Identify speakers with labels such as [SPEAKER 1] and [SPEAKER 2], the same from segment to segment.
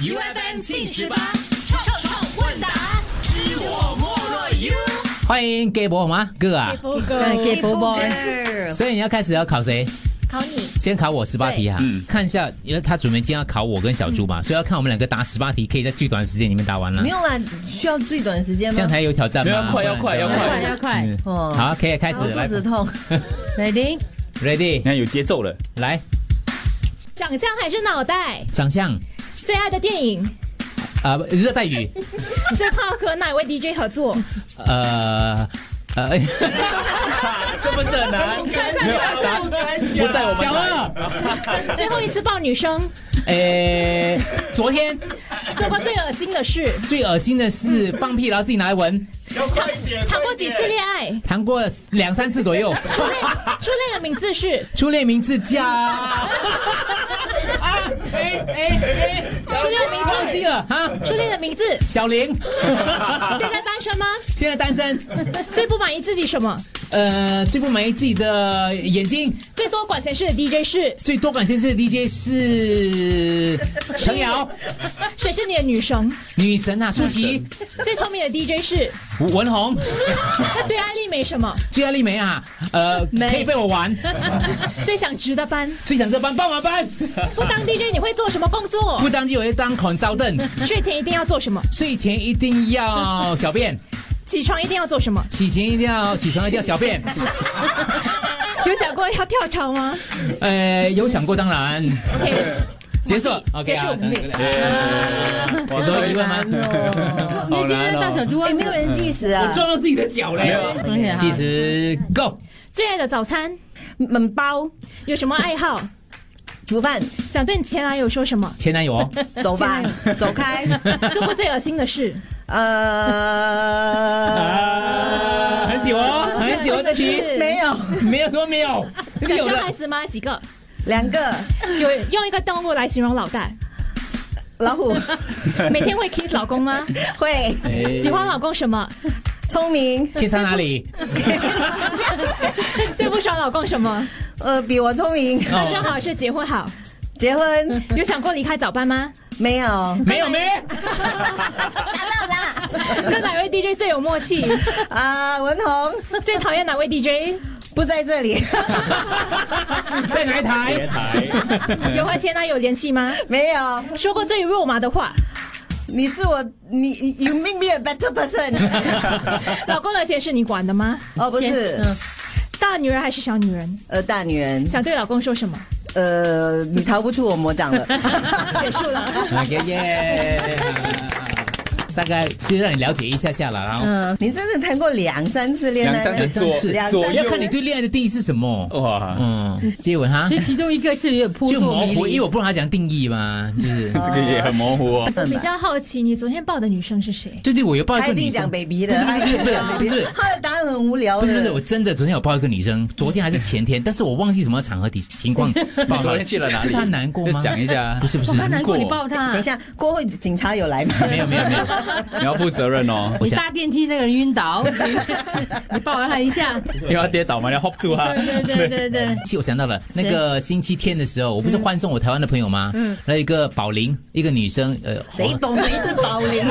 [SPEAKER 1] U F M 进十八，创创问答，知我莫若 U。
[SPEAKER 2] 欢迎 Gay 伯好吗？哥啊，
[SPEAKER 1] 哎
[SPEAKER 3] 嗯给波波，
[SPEAKER 2] 所以你要开始要考谁？
[SPEAKER 1] 考你，
[SPEAKER 2] 先考我十八题哈啊
[SPEAKER 4] 嗯，
[SPEAKER 2] 看一下，因为他准备今天要考我跟小猪嘛，所以要看我们两个答十八题，可以在最短时间里面答完了
[SPEAKER 3] 没，有啦，需要最短时间
[SPEAKER 2] 这样
[SPEAKER 3] 吗？
[SPEAKER 2] 才有挑战
[SPEAKER 4] 没有
[SPEAKER 2] 嘛。
[SPEAKER 4] 快要
[SPEAKER 2] 不然
[SPEAKER 4] 要快
[SPEAKER 1] 快要快，
[SPEAKER 2] 嗯
[SPEAKER 3] 哦
[SPEAKER 2] 好，可以开始
[SPEAKER 3] 我
[SPEAKER 2] 来
[SPEAKER 3] 肚子痛，
[SPEAKER 1] ，ready？
[SPEAKER 2] ，ready，
[SPEAKER 4] 你看有节奏了，
[SPEAKER 2] 来，
[SPEAKER 1] 长相还是脑袋？
[SPEAKER 2] 长相，
[SPEAKER 1] 最爱的电影，
[SPEAKER 2] 呃，热带雨，
[SPEAKER 1] 最怕和哪位 DJ 合作？
[SPEAKER 2] 呃，呃，
[SPEAKER 4] 是不是
[SPEAKER 2] 啊
[SPEAKER 4] 很难？没有答不在我们
[SPEAKER 2] 小
[SPEAKER 4] 来。
[SPEAKER 2] 二，
[SPEAKER 1] 最后一次抱女 生，
[SPEAKER 2] 诶，昨天
[SPEAKER 1] 做过最恶心的 事，
[SPEAKER 2] 最恶心的是放屁，然后自己拿来闻，
[SPEAKER 1] 谈过几次恋 爱？
[SPEAKER 2] 谈过两三次左右，
[SPEAKER 1] 初恋，初恋的名字是，
[SPEAKER 2] 初恋名字叫，
[SPEAKER 4] 哎
[SPEAKER 1] 初恋的名
[SPEAKER 2] 忘记
[SPEAKER 1] 字，
[SPEAKER 2] 了哈，
[SPEAKER 1] 初恋的名字，
[SPEAKER 2] 小玲，
[SPEAKER 1] 现在单身吗？
[SPEAKER 2] 现在单身，
[SPEAKER 1] 最不满意自己什么？
[SPEAKER 2] 呃，最不满意自己的眼睛，
[SPEAKER 1] 最多管闲事的 DJ 是，
[SPEAKER 2] 最多感谢是 DJ 是程瑶，
[SPEAKER 1] 谁是你的女神？
[SPEAKER 2] 女神啊，舒淇，
[SPEAKER 1] 最聪明的 DJ 是，
[SPEAKER 2] 文红，
[SPEAKER 1] 最爱丽美什么？
[SPEAKER 2] 最爱丽梅啊，呃，可以被我玩，
[SPEAKER 1] 最想值的班，
[SPEAKER 2] 最想这班帮忙班，
[SPEAKER 1] 不当 DJ 你会做什么工作
[SPEAKER 2] 不？当就会当 consultant，
[SPEAKER 1] 睡前一定要做什么？
[SPEAKER 2] 睡前一定要小便，
[SPEAKER 1] 起床一定要 做什么？
[SPEAKER 2] 起前一定要起床一定要小便，
[SPEAKER 1] 有想过要跳槽吗
[SPEAKER 2] 呃，有想过当然，
[SPEAKER 1] ？OK，
[SPEAKER 2] 结束
[SPEAKER 1] 结
[SPEAKER 2] ，OK
[SPEAKER 1] 束
[SPEAKER 2] 啊
[SPEAKER 1] 我们这
[SPEAKER 4] 耶
[SPEAKER 2] ，OK，
[SPEAKER 4] 我
[SPEAKER 2] 有疑问吗？
[SPEAKER 3] 吗？
[SPEAKER 4] 好难哦。
[SPEAKER 3] 猪，哎，没有人计时啊，
[SPEAKER 2] 撞到自己的脚
[SPEAKER 4] 没
[SPEAKER 2] 嘞，
[SPEAKER 4] 有，
[SPEAKER 2] 计时 Go，
[SPEAKER 1] 最爱的早餐
[SPEAKER 3] 门嗯包
[SPEAKER 1] 有什么爱好？
[SPEAKER 3] 煮饭，
[SPEAKER 1] 想对你前男友说什么？
[SPEAKER 2] 前男友哦，
[SPEAKER 3] 走 吧，走开，
[SPEAKER 1] 做过最恶心的事？
[SPEAKER 2] 啊，
[SPEAKER 3] 呃，
[SPEAKER 2] 很久哦，很久的题，
[SPEAKER 3] 没有
[SPEAKER 2] 没有什么没有，是
[SPEAKER 1] 想
[SPEAKER 2] 有
[SPEAKER 1] 生孩
[SPEAKER 2] 的。
[SPEAKER 1] 子吗？几个？
[SPEAKER 3] 两个
[SPEAKER 1] 有用一个动物来形容老 大。
[SPEAKER 3] 老 虎
[SPEAKER 1] 每天会 kiss 老公 吗？
[SPEAKER 3] 会
[SPEAKER 1] 喜欢老公什么？
[SPEAKER 3] 聪 明，
[SPEAKER 2] 去他哪里？
[SPEAKER 1] 最不爽老公什么？
[SPEAKER 3] 呃，比我聪明，
[SPEAKER 2] 哦
[SPEAKER 1] 单身好还是结婚好？
[SPEAKER 3] 结婚
[SPEAKER 1] 有想过离开早 班吗？
[SPEAKER 3] 没有
[SPEAKER 2] 没有没，
[SPEAKER 1] 跟哪位 DJ 最有默契？
[SPEAKER 3] 啊？文红
[SPEAKER 1] 最讨厌哪位 DJ？
[SPEAKER 3] 不在这里，
[SPEAKER 2] 在哪一台？
[SPEAKER 4] 台，
[SPEAKER 1] 有和前男友联系吗？
[SPEAKER 3] 没有，
[SPEAKER 1] 说过最肉麻的话？
[SPEAKER 3] 你是我，你 you make me a better person，
[SPEAKER 1] 老公的钱是你管的吗？
[SPEAKER 3] 哦，不是
[SPEAKER 1] 钱。，大女人还是小女人？
[SPEAKER 3] 呃，大女人，
[SPEAKER 1] 想对老公说什么？
[SPEAKER 3] 呃，你逃不出我魔掌了。
[SPEAKER 1] 结束了。
[SPEAKER 2] 爷爷，啊 大概是让你了解一下下了，然后
[SPEAKER 3] 嗯，你真的谈过两三次恋爱
[SPEAKER 4] 两
[SPEAKER 3] 吗？
[SPEAKER 4] 三次左
[SPEAKER 2] 是
[SPEAKER 3] 两三
[SPEAKER 4] 左
[SPEAKER 2] 要
[SPEAKER 4] 右
[SPEAKER 2] 看你对恋爱的定义是什么。
[SPEAKER 5] 啊
[SPEAKER 4] 哇，
[SPEAKER 2] 嗯，接吻哈
[SPEAKER 5] 所，以 其中一个是有点扑
[SPEAKER 2] 就
[SPEAKER 5] 朔
[SPEAKER 2] 模
[SPEAKER 5] 迷
[SPEAKER 2] 糊，因为
[SPEAKER 5] 离。
[SPEAKER 2] 我不能讲定义嘛，就是。
[SPEAKER 4] 这个也很模糊哦。
[SPEAKER 1] 我比较好奇，你昨天抱的女生是谁？
[SPEAKER 2] 对对，我有抱一
[SPEAKER 3] 他
[SPEAKER 2] 个
[SPEAKER 3] 一
[SPEAKER 2] 女
[SPEAKER 3] 定
[SPEAKER 2] 生
[SPEAKER 3] 讲，baby 哦的，他一定讲
[SPEAKER 2] 不是
[SPEAKER 3] baby
[SPEAKER 2] 不是
[SPEAKER 3] 的。他的答案很无聊
[SPEAKER 2] 不
[SPEAKER 3] 的。
[SPEAKER 2] 是不是，我真的昨天有抱一个女生，昨天还是前天，但是我忘记什么场合底情况抱她。
[SPEAKER 4] 昨天去了哪里
[SPEAKER 2] 是她难过吗？
[SPEAKER 4] 想一下
[SPEAKER 2] 不是不是，
[SPEAKER 5] 他难过，你抱
[SPEAKER 3] 等
[SPEAKER 5] 他
[SPEAKER 3] 一，下，过后警察有来吗？
[SPEAKER 2] 没有没有没有，
[SPEAKER 4] 你要负责任 哦，
[SPEAKER 2] 我
[SPEAKER 5] 你
[SPEAKER 2] 想
[SPEAKER 5] 搭电梯那个人晕倒，你你抱他一下。
[SPEAKER 4] 因为他跌倒嘛，你要 hold 住啊他。
[SPEAKER 5] 对对对对，
[SPEAKER 2] 其实我想到了那个星期天的时候，我不是欢送我台湾的朋友吗？嗯，那一个宝玲，一个女生，呃，
[SPEAKER 3] 谁
[SPEAKER 2] 我
[SPEAKER 3] 懂谁是宝林？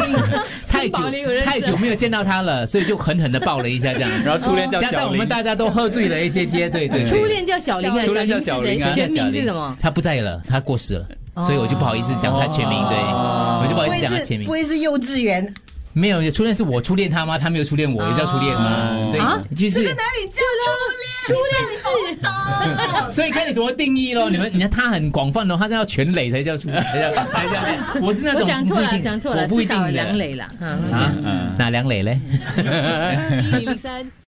[SPEAKER 2] 太
[SPEAKER 5] 是
[SPEAKER 2] 久
[SPEAKER 5] 宝玲我认识
[SPEAKER 2] 太久没有见到她了，所以就狠狠的抱了一下这样。哦
[SPEAKER 4] 然后初恋叫
[SPEAKER 2] 加上
[SPEAKER 4] 小
[SPEAKER 2] 我
[SPEAKER 4] 林
[SPEAKER 2] 们，大家都喝醉了一些些，对对对。
[SPEAKER 5] 初恋叫小林啊，
[SPEAKER 4] 初恋叫
[SPEAKER 5] 小
[SPEAKER 4] 小林啊
[SPEAKER 5] 是谁？全名
[SPEAKER 2] 小
[SPEAKER 5] 是
[SPEAKER 2] 林
[SPEAKER 5] 什么？
[SPEAKER 2] 她不在了，她过世了，所以我就不好意思讲她全名，对，我就 不好
[SPEAKER 3] 不
[SPEAKER 2] 意思
[SPEAKER 3] 会
[SPEAKER 2] 讲她全
[SPEAKER 3] 是
[SPEAKER 2] 名
[SPEAKER 3] 不。会是幼稚园？
[SPEAKER 2] 没有初恋是我初恋她吗？她没有初恋我，也叫初恋吗？
[SPEAKER 5] 啊
[SPEAKER 2] 对，就
[SPEAKER 3] 这
[SPEAKER 2] 是
[SPEAKER 3] 个哪里叫初恋？初恋是。
[SPEAKER 2] 所以看你怎么定义咯。你们，你看他很广泛哦，他是要全垒才叫出，哎才叫才叫。我是那
[SPEAKER 5] 我
[SPEAKER 2] 种
[SPEAKER 5] 讲错
[SPEAKER 2] 不一
[SPEAKER 5] 了，
[SPEAKER 2] 定啊
[SPEAKER 5] 讲错了，
[SPEAKER 2] 我不
[SPEAKER 5] 至
[SPEAKER 2] 一定
[SPEAKER 5] 少
[SPEAKER 2] 的
[SPEAKER 5] 有两垒了。嗯
[SPEAKER 2] 啊
[SPEAKER 4] 嗯，
[SPEAKER 2] 哪两垒嘞？
[SPEAKER 5] 一零三。